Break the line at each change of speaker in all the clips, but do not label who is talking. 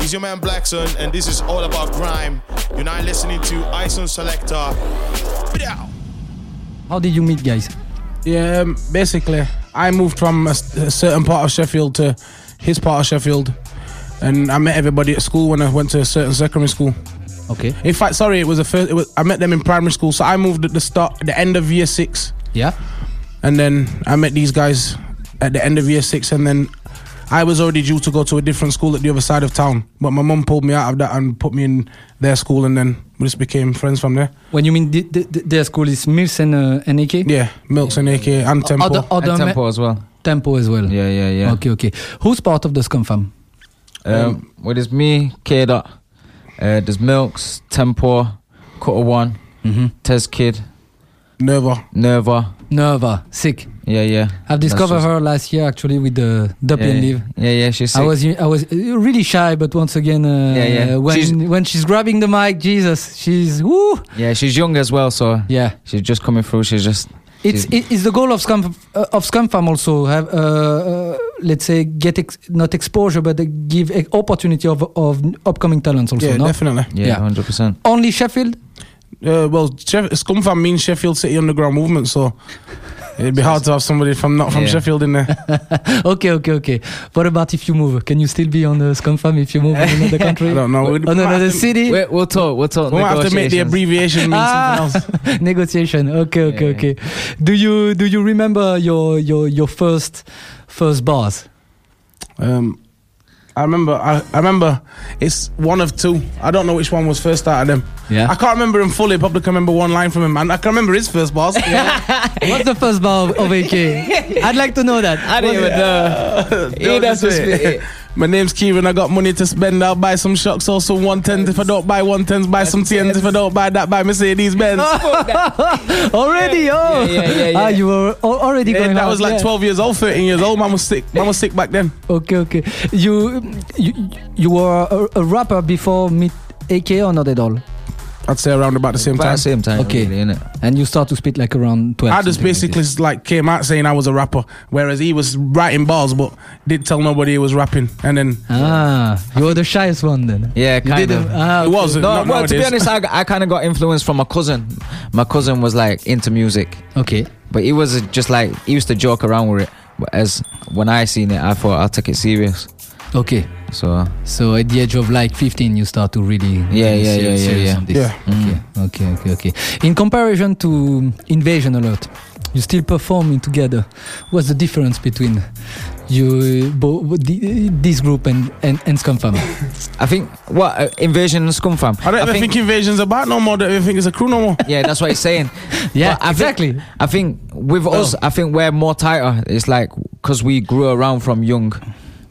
is your man Blackson, and this is all about grime. You're now listening to Ison Selector. Bidow.
How did you meet, guys?
Yeah, um, basically, I moved from a, s- a certain part of Sheffield to his part of Sheffield, and I met everybody at school when I went to a certain secondary school.
Okay.
In fact, sorry, it was the first. It was, I met them in primary school, so I moved at the start, the end of year six,
Yeah.
and then I met these guys at the end of year six, and then I was already due to go to a different school at the other side of town, but my mum pulled me out of that and put me in their school, and then we just became friends from there.
When you mean the, the, the- their school is Mills and uh, NAK?
Yeah, Milks and AK and Temple.
Other, other
At
ma-
Tempo as well.
Tempo as well.
Yeah, yeah, yeah.
Okay, okay. Who's part of the scum fam?
Um, well, there's me, K Dot. Uh, there's Milks, Tempo, Cutter One,
Mm-hmm.
Tez Kid,
Nerva.
Nerva.
Nerva, sick.
Yeah, yeah.
I've
That's
discovered
just-
her last year actually with the
yeah,
Dublin
yeah.
Live.
Yeah, yeah. She's sick.
I was I was uh, really shy, but once again, uh,
Yeah, yeah.
when
She's-
when she's grabbing the mic, Jesus, she's woo.
yeah, she's young as well, so
Yeah,
she's just coming through. She's just
it's it, it's the goal of scam uh, of scam fam also have uh, uh, let's say get ex- not exposure, but uh, give e- opportunity of of upcoming talents also.
Yeah,
no?
definitely.
yeah,
Yeah.
hundred percent.
Only Sheffield.
Uh, well, Sheff- Scumfam means Sheffield City underground movement, so it'd be hard to have somebody from not from
Yeah.
Sheffield in there.
Okay, okay, okay. What about if you move? Can you still be on the scam fam if you move in another country? Oh,
I don't
Oh,
know. We'd-
On another city?
We'll, we'll talk. We'll talk.
We might have to make the
negotiations.
abbreviation mean
Ah.
something else.
negotiation okay okay
Yeah.
okay do you do you remember your your your first first bars
Um, I remember. I, I remember. It's one of two. I don't know which one was first out of them.
Yeah.
I can't remember him fully. Probably can remember one line from him, and I can remember his first bars.
what's the first bar of, of ak i'd like to know that
I didn't even know. He'd have to
just
spit
wait.
it.
My name's Kieran. I got money to spend. I'll buy some shocks, also one tens. If I don't buy one tens, buy some tens. If I don't buy that, buy Mercedes Benz.
already oh
yeah, yeah, yeah.
ah you were al- already
Yeah,
going
that
hard,
was like
yeah.
12 years old, 13 years old. Mum was sick. Mum was sick back then.
okay okay you you you were a, a rapper before meet ak or not at all
I'd say around about the same
About
time.
the same time.
Okay.
Okay, really, innit?
and you start to spit like around 12
I just
something like
basically
this.
just, like came out saying I was a rapper, whereas he was writing bars but did tell nobody he was rapping. And then
ah you were the shyest one then
Yeah,
you
kind
didn't
of.
ah,
it was
No,
not
well, to be
nowadays.
honest, I, I kind of got influenced from my cousin. My cousin was like into music,
okay
but he was just like he used to joke around with it. But as when I seen it, I thought I'll take it serious.
okay
So
So at the age of like 15, you start to really
Yeah,
getting
yeah,
serious-
yeah, yeah,
serious
yeah.
on this.
Yeah.
Okay, okay, okay, okay. In comparison to Invasion Alert, you still performing together. What's the difference between you, bo- the- this group and and, and Scumfam?
I think what uh, invasion has come from.
I don't even think, Invasion's about no more. I don't even think it's a crew no more.
yeah, that's what he's saying.
yeah,
But I think-
exactly.
I think with
Oh.
us, I think we're more tighter. It's like because we grew around from young,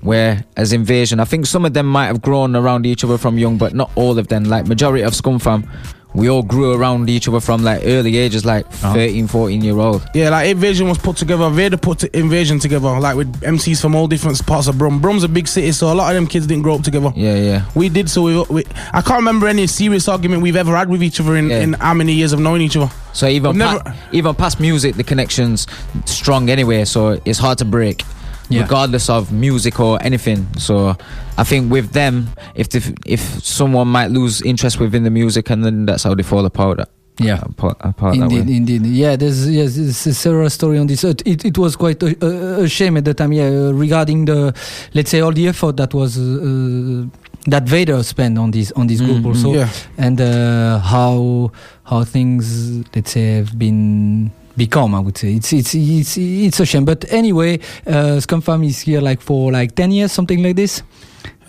where as invasion, I think some of them might have grown around each other from young, but not all of them. Like majority of Scum Fam, we all grew around each other from like early ages, like
Oh.
13, 14 year old.
Yeah, like Invasion was put together. Vader put t- Invasion together, like with MCs from all different parts of Brum. Brum's a big city, so a lot of them kids didn't grow up together.
Yeah, yeah.
We did, so we, we. I can't remember any serious argument we've ever had with each other in,
Yeah.
in how many years of knowing each other.
So even
I've never-
pa- even past music, the connections strong anyway. So it's hard to break,
Yeah.
regardless of music or anything. So I think with them, if the, if someone might lose interest within the music, and then that's how they fall apart.
Yeah.
apart, apart that
Indeed,
way.
indeed. Yeah, there's yes, there's a several story on this. It, it, it was quite a, a, a shame at the time. Yeah, uh, regarding the let's say all the effort that was uh, that Vader spent on this on this group
Mhm.
also.
yeah.
and uh, how how things let's say have been become i would say it's it's it's it's a shame but anyway uh scumfam is here like for like 10 years something like this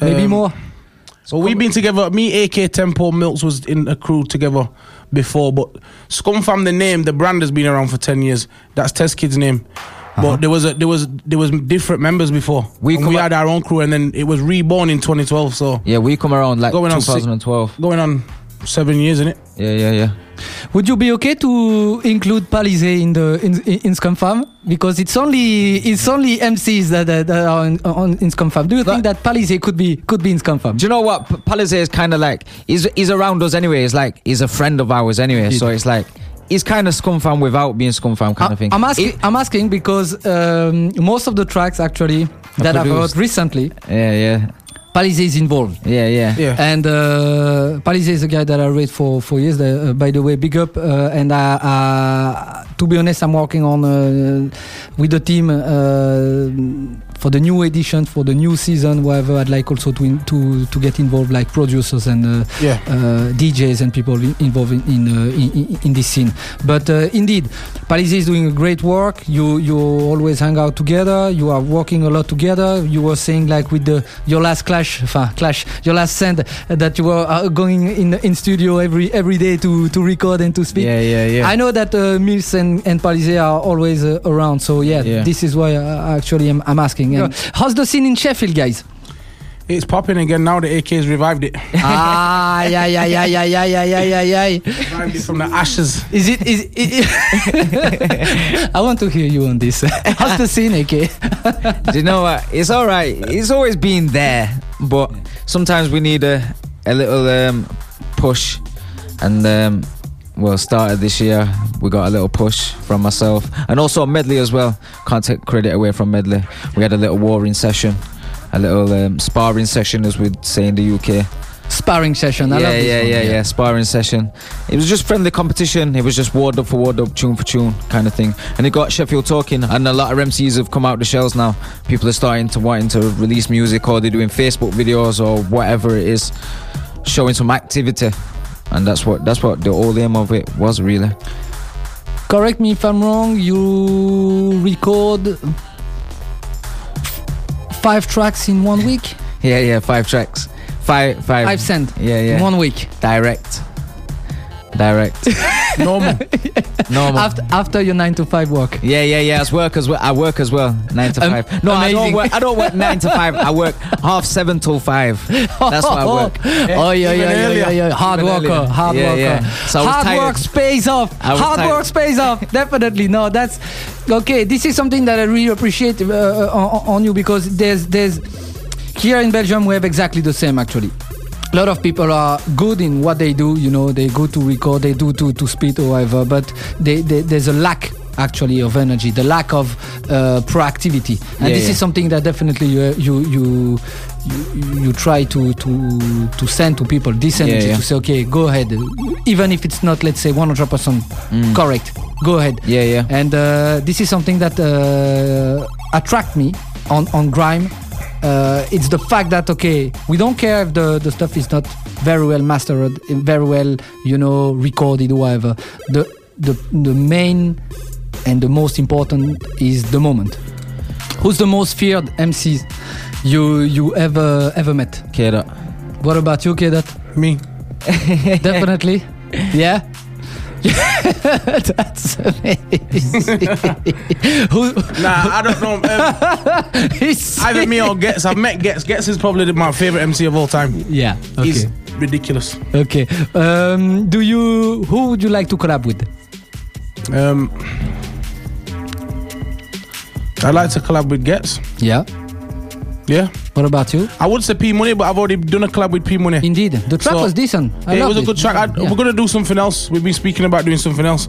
maybe
Um,
more
Well, we've been together. Me, AK Tempo, Milks was in a crew together before, but Scumfam, the name, the brand has been around for ten years. That's Test Kid's name. But there was a, there was there was different members before. We,
We
and
come
we
up-
had our own crew, and then it was reborn in 2012. So
Yeah, we come around like
Going on six-
2012.
going on seven years, isn't it?
yeah, yeah, yeah.
would you be okay to include palise in the in in, in scumfam because it's only it's only mcs that, that, that are in, on in scumfam do you think that palise could be could be in scumfam
Do you know what? P- Palisade is kind of like he's he's around us anyway. He's like he's a friend of ours anyway. So it's like he's kind of scum fam without being scum fam kind of thing.
I'm
He-
asking. I'm asking because um, most of the tracks actually that I've heard
produced.
recently
yeah, yeah.
Palisade is involved.
Yeah, yeah.
Yeah.
And uh, Palisade is a guy that I read for for years. that, uh, by the way, big up. Uh, and I, I, to be honest, I'm working on uh, with the team uh, for the new edition, for the new season, whatever. I'd like also to in, to to get involved, like producers and uh,
Yeah.
uh, DJs and people in, involved in in, uh, in in- in this scene. But uh, indeed, Palisade is doing great work. You you always hang out together. You are working a lot together. You were saying like with the your last clash, enfin, clash, your last send uh, that you were uh, going in in studio every every day to to record and to speak.
Yeah, yeah, yeah.
I know that uh, Mills and, and Palisade are always uh, around, so yeah,
Yeah.
this is why I, I actually am, I'm asking. And How's the scene in Sheffield, guys?
It's popping again now. The AK's revived it.
ah, yeah, yeah, yeah, yeah, yeah, yeah, yeah, yeah, yeah.
revived it from the ashes.
Is it? Is it I want to hear you on this. How's the scene, AK?
Do you know what? It's all right. It's always been there, but sometimes we need a a little um, push, and um, well, started this year, we got a little push from myself, and also Medley as well. Can't take credit away from Medley. We had a little warring session, a little um, sparring session, as we'd say in the UK.
Sparring session. I
yeah,
love this
yeah,
one.
yeah, yeah. Sparring session. It was just friendly competition. It was just ward up for ward up, tune for tune kind of thing. And it got Sheffield talking. And a lot of MCs have come out the shells now. People are starting to wanting to release music, or they're doing Facebook videos, or whatever it is, showing some activity. And that's what that's what the whole aim of it was really.
Correct me if I'm wrong. You record five tracks in one week.
Yeah, yeah. Five tracks, five, five.
Five cent
Yeah, yeah.
in one week.
Direct, direct.
Normal.
Normal.
After after your nine to five work.
Yeah, yeah, yeah. I work as well. I work as well. Nine to
Am-
five. No, I don't
Um, amazing.
work. I don't work nine to five. I work half seven till five. That's what I work.
Oh yeah, yeah, yeah, yeah,
earlier.
yeah. Hard
Even
worker,
earlier.
hard
Yeah,
worker.
yeah. So I was
hard
tired.
work pays off.
I was
Hard
tired.
work pays off. Definitely. No, that's okay. This is something that I really appreciate uh, uh, on, on you because there's there's here in Belgium we have exactly the same actually. A lot of people are good in what they do. You know, they go to record, they do to to speed or whatever, but they, they, there's a lack actually of energy, the lack of uh, proactivity, and
Yeah,
this
yeah.
is something that definitely you you you you, you try to to to send to people this energy
yeah.
to say okay go ahead even if it's not let's say 100% correct go ahead
Yeah, yeah.
and uh, this is something that uh, attract me on on grime uh, it's the fact that okay we don't care if the, the stuff is not very well mastered very well you know recorded or whatever the the, the main and the most important is the moment who's the most feared mc you you ever ever met
Okay, that.
what about you Kedat?
Me.
definitely yeah that's amazing Who,
Nah, I don't know. Um,
he's-
either me or Gets. I've met Gets. Gets is probably my favorite MC of all time.
yeah okay
He's ridiculous.
okay um, do you who would you like to collab with
Um, I like to collab with Gets.
yeah
Yeah,
what about you
I would say P Money, but I've already done a collab with P Money.
indeed the track
So-
was decent I
Yeah, it
loved
was a good track. I,
Yeah.
We're gonna do something else. We've been speaking about doing something else,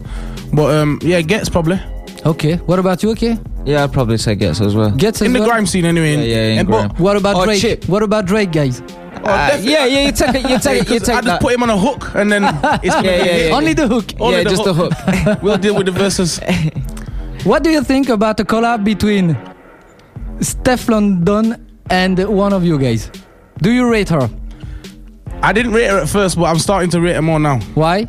but um, yeah, Gets probably
okay what about you okay
Yeah, I'd probably say gets as well.
gets
in
as
the
well?
grime scene anyway.
Yeah, yeah, in
and-
grime.
what about
Or
Drake
Chip.
what about Drake guys
But,
Uh, yeah, Oh, yeah. You take it. You take it. You
because I
take
just
that.
put him on a hook and then it's gonna
Yeah,
be
yeah,
it.
yeah.
only the hook
Only
yeah,
the
just
hook.
the hook.
We'll deal with the verses.
What do you think about a collab between Steph London and one of you guys? Do you rate her?
I didn't rate her at first, but I'm starting to rate her more now.
Why?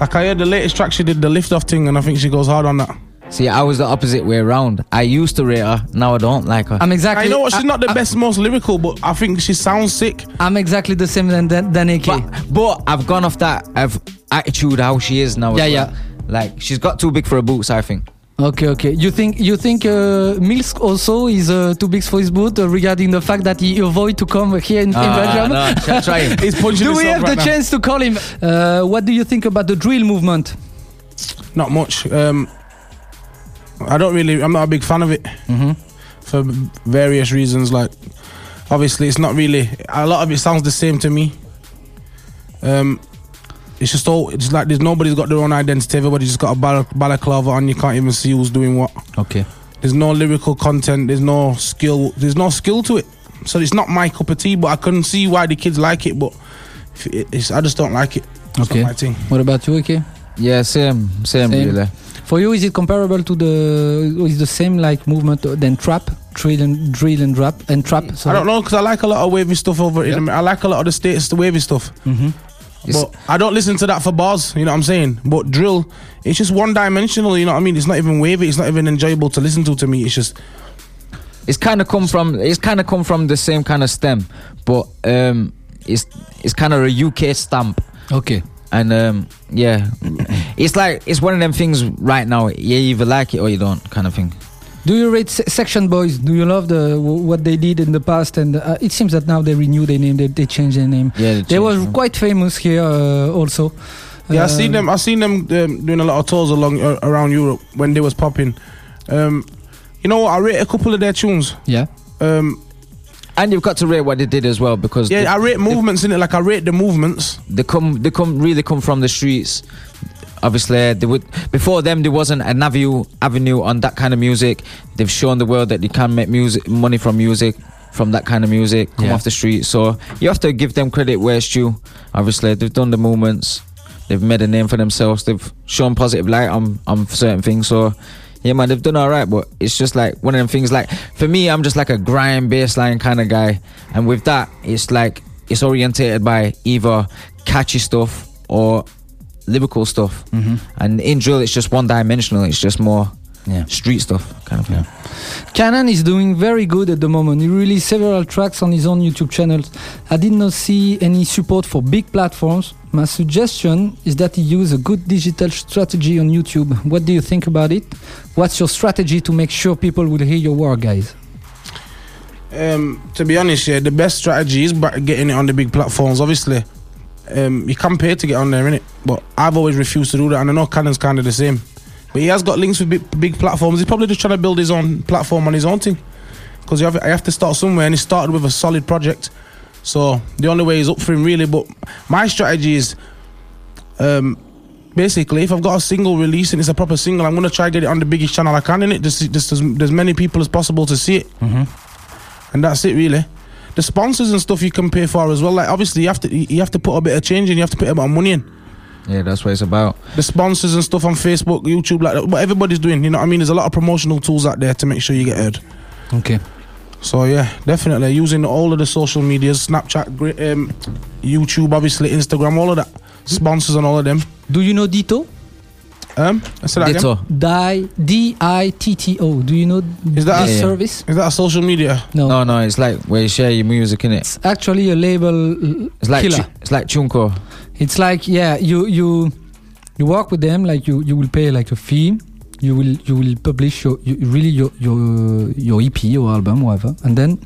Like I heard the latest track she did, the lift off thing, and I think she goes hard on that.
See, I was the opposite way around. I used to rate her. Now I don't like her.
I'm exactly.
I know what she's
I-
not the best, most lyrical, but I think she sounds sick.
I'm exactly the same than than, than AK.
But, but I've gone off that of attitude how she is now. as
Yeah,
well.
yeah.
Like she's got too big for her boots. I think.
okay, okay. You think you think uh, Milsk also is uh, too big for his boot uh, regarding the fact that he avoid to come here in, in
Ah,
Belgium?
no, try- try it.
He's punching
Do we
himself
have
right
the
now.
chance to call him? Uh, what do you think about the drill movement?
Not much. Um, I don't really. I'm not a big fan of it
Mm-hmm.
for various reasons. Like, obviously, it's not really. A lot of it sounds the same to me. Um, it's just all. It's like there's nobody's got their own identity. Everybody just got a bal- balaclava on. You can't even see who's doing what.
Okay.
There's no lyrical content. There's no skill. There's no skill to it. So it's not my cup of tea, but I couldn't see why the kids like it. But if it- it's, I just don't like it. It's
Okay.
not my thing.
What about you, okay?
Yeah, same,
Same.
same, really.
For you, is it comparable to the is the same like movement than trap, drill and drill and drop and trap?
I don't know because I like a lot of wavy stuff over in America. I like a lot of the states, the wavy stuff.
hmm
It's-
but I don't listen to that for bars, you know what I'm saying? But drill, it's just one dimensional, you know what I mean? It's not even wavy, it's not even enjoyable to listen to to me. It's just
It's kind of come from it's kind of come from the same kind of stem, but um, it's it's kind of a UK stamp,
Okay.
and um, yeah, it's like it's one of them things right now. You either like it or you don't, kind of thing.
Do you rate Se- Section Boys? Do you love the what they did in the past? And uh, it seems that now they renew their name. They, they changed their name.
Yeah,
They were quite famous here uh, also.
yeah, I
Uh,
seen them. I seen them um, doing a lot of tours along uh, around Europe when they was popping. Um, you know what? I rate a couple of their tunes.
Yeah.
Um,
and you've got to rate what they did as well because
yeah, I
they,
rate movements in it. Like I rate the movements.
they come they come really come from the streets. Obviously, they would before them there wasn't an avenue avenue on that kind of music. They've shown the world that they can make music money from music. From that kind of music, come
Yeah.
off the street. So you have to give them credit where it's due. Obviously, they've done the movements, they've made a name for themselves, they've shown positive light on on certain things. So yeah, man, they've done all right, but it's just like one of them things. Like for me, I'm just like a grind baseline kind of guy, and with that, it's like it's orientated by either catchy stuff or lyrical stuff.
Mhm.
And in drill, it's just one dimensional. It's just more
Yeah.
street stuff kind of thing.
Canon is doing very good at the moment. He released several tracks on his own YouTube channels. I did not see any support for big platforms. My suggestion is that he use a good digital strategy on YouTube. What do you think about it? What's your strategy to make sure people will hear your work, guys?
Um, to be honest, yeah, the best strategy is ba- getting it on the big platforms. Obviously, um, you can pay to get on there, innit? But I've always refused to do that, and I know Cannon's kind of the same. But he has got links with big, big platforms. He's probably just trying to build his own platform on his own thing, because you have, I have to start somewhere, and he started with a solid project. So the only way is up for him, really. But my strategy is, um, basically, if I've got a single release and it's a proper single, I'm gonna try get it on the biggest channel I can, innit? Just, just as, as many people as possible to see it and that's it really. The sponsors and stuff you can pay for as well. Like obviously you have to you have to put a bit of change in, you have to put a bit of money in.
Yeah, that's what it's about.
The sponsors and stuff on Facebook, YouTube, like that, what everybody's doing. You know what I mean? There's a lot of promotional tools out there to make sure you get heard.
Okay.
So yeah, definitely using all of the social medias, Snapchat, gr- um, YouTube, obviously Instagram, all of that. Sponsors and all of them.
Do you know Dito?
Um, I said that again.
Ditto.
Di D I T T O. Do you know
Is that
this
a-
service?
Is that a social media?
No.
No, no, it's like where you share your music in it.
It's actually a label.
It's like
Killer.
chu- it's like chunko.
It's like yeah, you you you work with them like you you will pay like a fee. You will you will publish your you, really your your your EP your album whatever, and then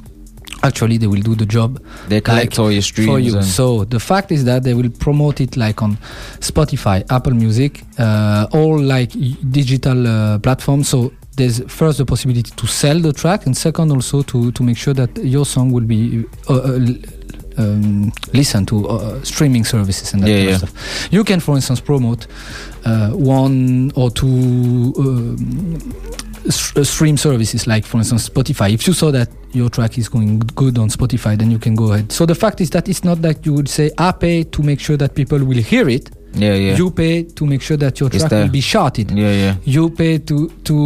actually they will do the job
They collect all your streams.
for you.
and-
So the fact is that they will promote it like on Spotify, Apple Music, uh, all like y- digital uh, platforms. So there's first the possibility to sell the track, and second also to to make sure that your song will be uh, uh, l- um, listened to uh, streaming services and that
Yeah,
kind
yeah.
of stuff. You can, for instance, promote uh, one or two. Um, s- uh, stream services like for instance spotify if you saw that your track is going good on spotify then you can go ahead so the fact is that it's not that you would say i pay to make sure that people will hear it
yeah, yeah,
you pay to make sure that your
It's
track
there.
will be charted
yeah, yeah.
you pay to to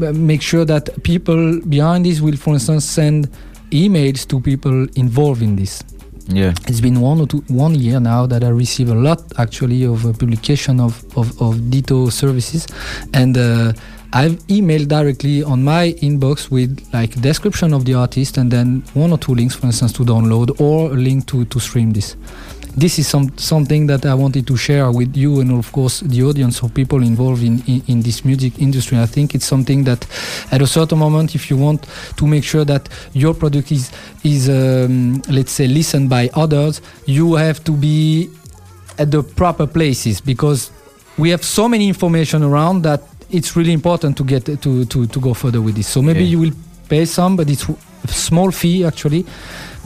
uh, make sure that people behind this will for instance send emails to people involved in this
Yeah,
it's been one or two one year now that I receive a lot actually of uh, publication of of, of Ditto services, and uh, I've emailed directly on my inbox with like description of the artist and then one or two links, for instance, to download or a link to to stream this. This is some something that I wanted to share with you and of course the audience of people involved in, in, in this music industry. I think it's something that at a certain moment, if you want to make sure that your product is is um, let's say listened by others you have to be at the proper places because we have so many information around that it's really important to get to to, to go further with this so maybe
Yeah.
you will pay some but it's a small fee actually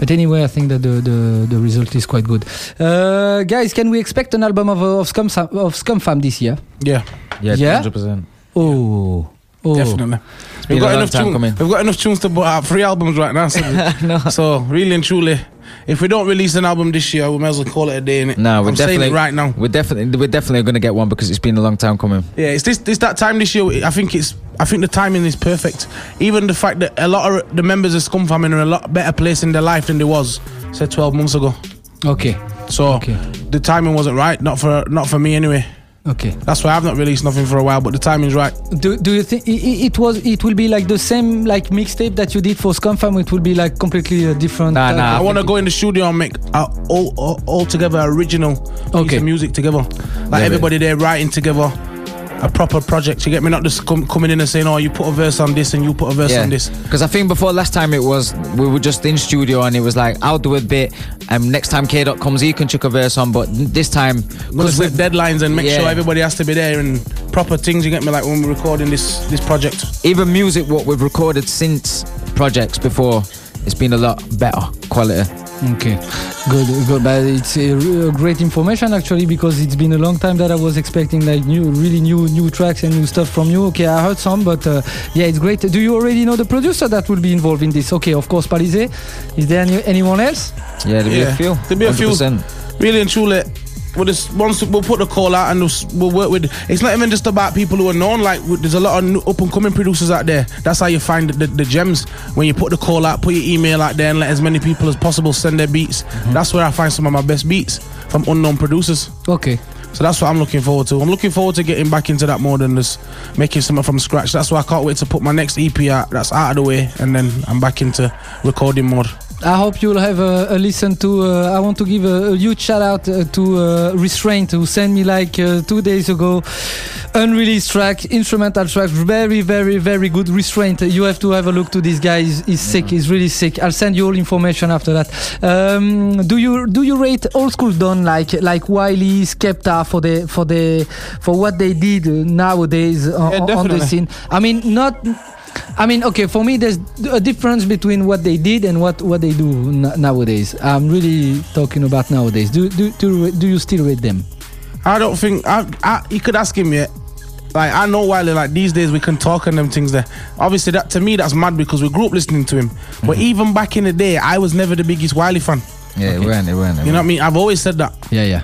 but anyway i think that the the, the result is quite good uh, guys can we expect an album of of scum of scum fam this year
Yeah.
yeah,
Yeah?
hundred percent.
oh Oh.
Definitely.
been
We've
a
got,
long
enough
time
tune-
coming.
we've got enough tunes to put out three albums right now. So,
No.
so, really and truly, if we don't release an album this year, we may as well call it a day, innit?
No,
I'm
we're definitely
saying it right now.
We're definitely we're definitely going to get one because it's been a long time coming.
Yeah, it's this it's that time this year. I think it's I think the timing is perfect. Even the fact that a lot of the members of Scumfam are in a lot better place in their life than they was say 12 months ago.
Okay.
So
Okay.
the timing wasn't right, not for not for me anyway.
Okay.
That's why I've not released nothing for a while, but the timing's right.
Do, do you think it was it will be like the same like mixtape that you did for Scumfam? It will be like completely uh, different.
Nah,
type
nah.
I,
I
of-
want to go in the studio and make a, all, all all together original piece
Okay.
of music together. Like
it.
everybody there writing together a proper project. You get me? Not just com- coming in and saying, "Oh, you put a verse on this and you put a verse on this."
Because I think before last time it was we were just in studio and it was like I'll do a bit. And next time K dot comes, he can chuck a verse on. But this time,
Gonna
because
set deadlines and make
Yeah.
sure everybody has to be there and proper things. You get me? Like when we're recording this this project.
even music what we've recorded since projects before, it's been a lot better quality.
Okay, good, good. But it's a re- great information actually because it's been a long time that I was expecting like new, really new, new tracks and new stuff from you. Okay, I heard some, but uh, yeah, it's great. Do you already know the producer that will be involved in this? Okay, of course, Palizé. Is there any, anyone else?
Yeah, there'll
Yeah.
be a few.
There'll be a few.
100%.
Really and truly, we'll just once we'll put the call out and we'll, s- we'll work with. It's not even just about people who are known. Like w- there's a lot of new up and coming producers out there. That's how you find the, the gems when you put the call out, put your email out there, and let as many people as possible send their beats. That's where I find some of my best beats from unknown producers.
Okay,
So that's what I'm looking forward to. I'm looking forward to getting back into that more than just making something from scratch. That's why I can't wait to put my next EP out. That's out of the way, and then I'm back into recording mode.
I hope you'll have a, a listen to. Uh, I want to give a, a huge shout out uh, to uh, Restraint, who sent me like uh, two days ago unreleased track, instrumental track, very, very, very good. Restraint. uh, You have to have a look to this guy. He's, he's sick. He's really sick. I'll send you all information after that. Um, do you do you rate old school Don like like Wiley, Skepta for the for the for what they did uh, nowadays on,
Yeah,
on- on the
definitely.
scene? I mean, not I mean, okay, for me, there's a difference between what they did and what, what they do n- nowadays. I'm really talking about nowadays. Do, do, do, do you still read them?
I don't think I, I you could ask him yet. Like I know Wiley, like these days we can talk and them things there. Obviously that to me that's mad because we grew up listening to him. But even back in the day, I was never the biggest Wiley fan.
Yeah, it weren't. It weren't. It
You know what I
weren't.
mean? I've always said that.
Yeah, yeah.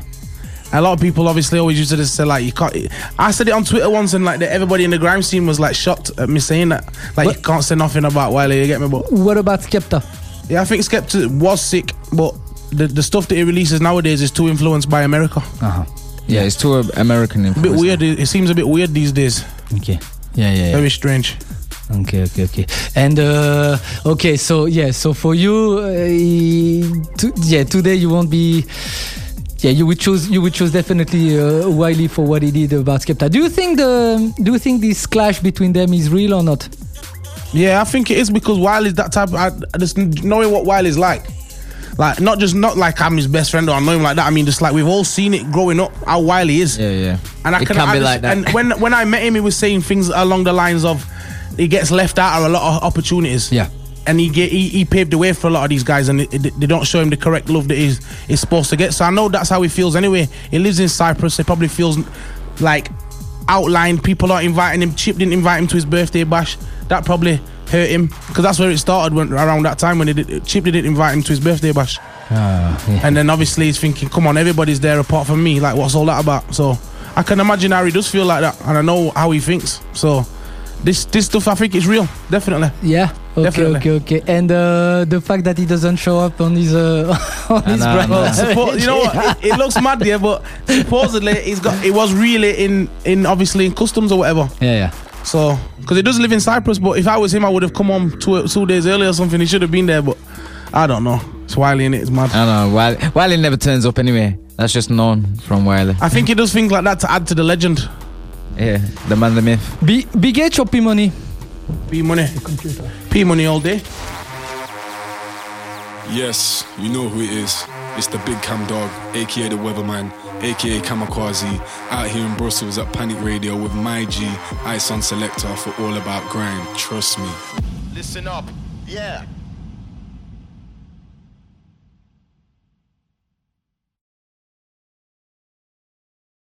A lot of people obviously always used to just say like you can't I said it on Twitter once and like the, everybody in the grime scene was like shocked at me saying that. Like you
But-
can't say nothing about Wiley, you get me? But
What about Skepta?
yeah, I think Skepta was sick, but the, the stuff that he releases nowadays is too influenced by America.
Uh-huh.
Yeah, it's too American.
A bit weird. It, it seems a bit weird these days.
Okay. Yeah, yeah, yeah.
Very strange.
Okay, okay, okay. And uh, okay, so yeah, so for you, uh, to, yeah, today you won't be. Yeah, you would choose. You would choose definitely uh, Wiley for what he did about Skepta. Do you think the? Do you think this clash between them is real or not?
Yeah, I think it is because Wiley's that type. I, I just knowing what Wiley's like, like not just not like I'm his best friend or I know him like that. I mean, just like we've all seen it growing up how Wiley is.
Yeah, yeah.
And I
it
can,
can,
I
be
just-
like that.
And when when I met him, he was saying things along the lines of, he gets left out of a lot of opportunities.
Yeah.
And he, get, he he paved the way for a lot of these guys, and it, it- they don't show him the correct love that he's, he's supposed to get. So I know that's how he feels anyway. He lives in Cyprus. He probably feels like outlined. People aren't inviting him. Chip didn't invite him to his birthday bash. That probably hurt him because that's where it started when, around that time when he did, Chip didn't invite him to his birthday bash. And then obviously he's thinking, come on, everybody's there apart from me. Like, what's all that about? So I can imagine how he does feel like that, and I know how he thinks. So this this stuff, I think, is real, definitely.
Yeah. Okay,
Definitely.
okay, okay. And uh, the fact that he doesn't show up on his uh, on
I
his
know, I
brand.
know.
Well, suppo- you know what? It, it looks mad, yeah, but supposedly he's got it was really in in obviously in customs or whatever.
Yeah, yeah.
So because he does live in Cyprus, but if I was him, I would have come home two two days earlier or something. He should have been there, but I don't know. It's Wiley and it's mad.
I know. Wiley, Wiley never turns up anyway. That's just known from Wiley.
I think he does things like that to add to the legend.
Yeah, the man, the myth.
B- Big H or P Money?
P money, P money all day.
Yes, you know who it is. It's the Big Cam Dog, aka the Weatherman, aka Kamikaze, out here in Brussels at Panic Radio with my G, Ice on Selector for All About Grime. Trust me.
Listen up.
Yeah.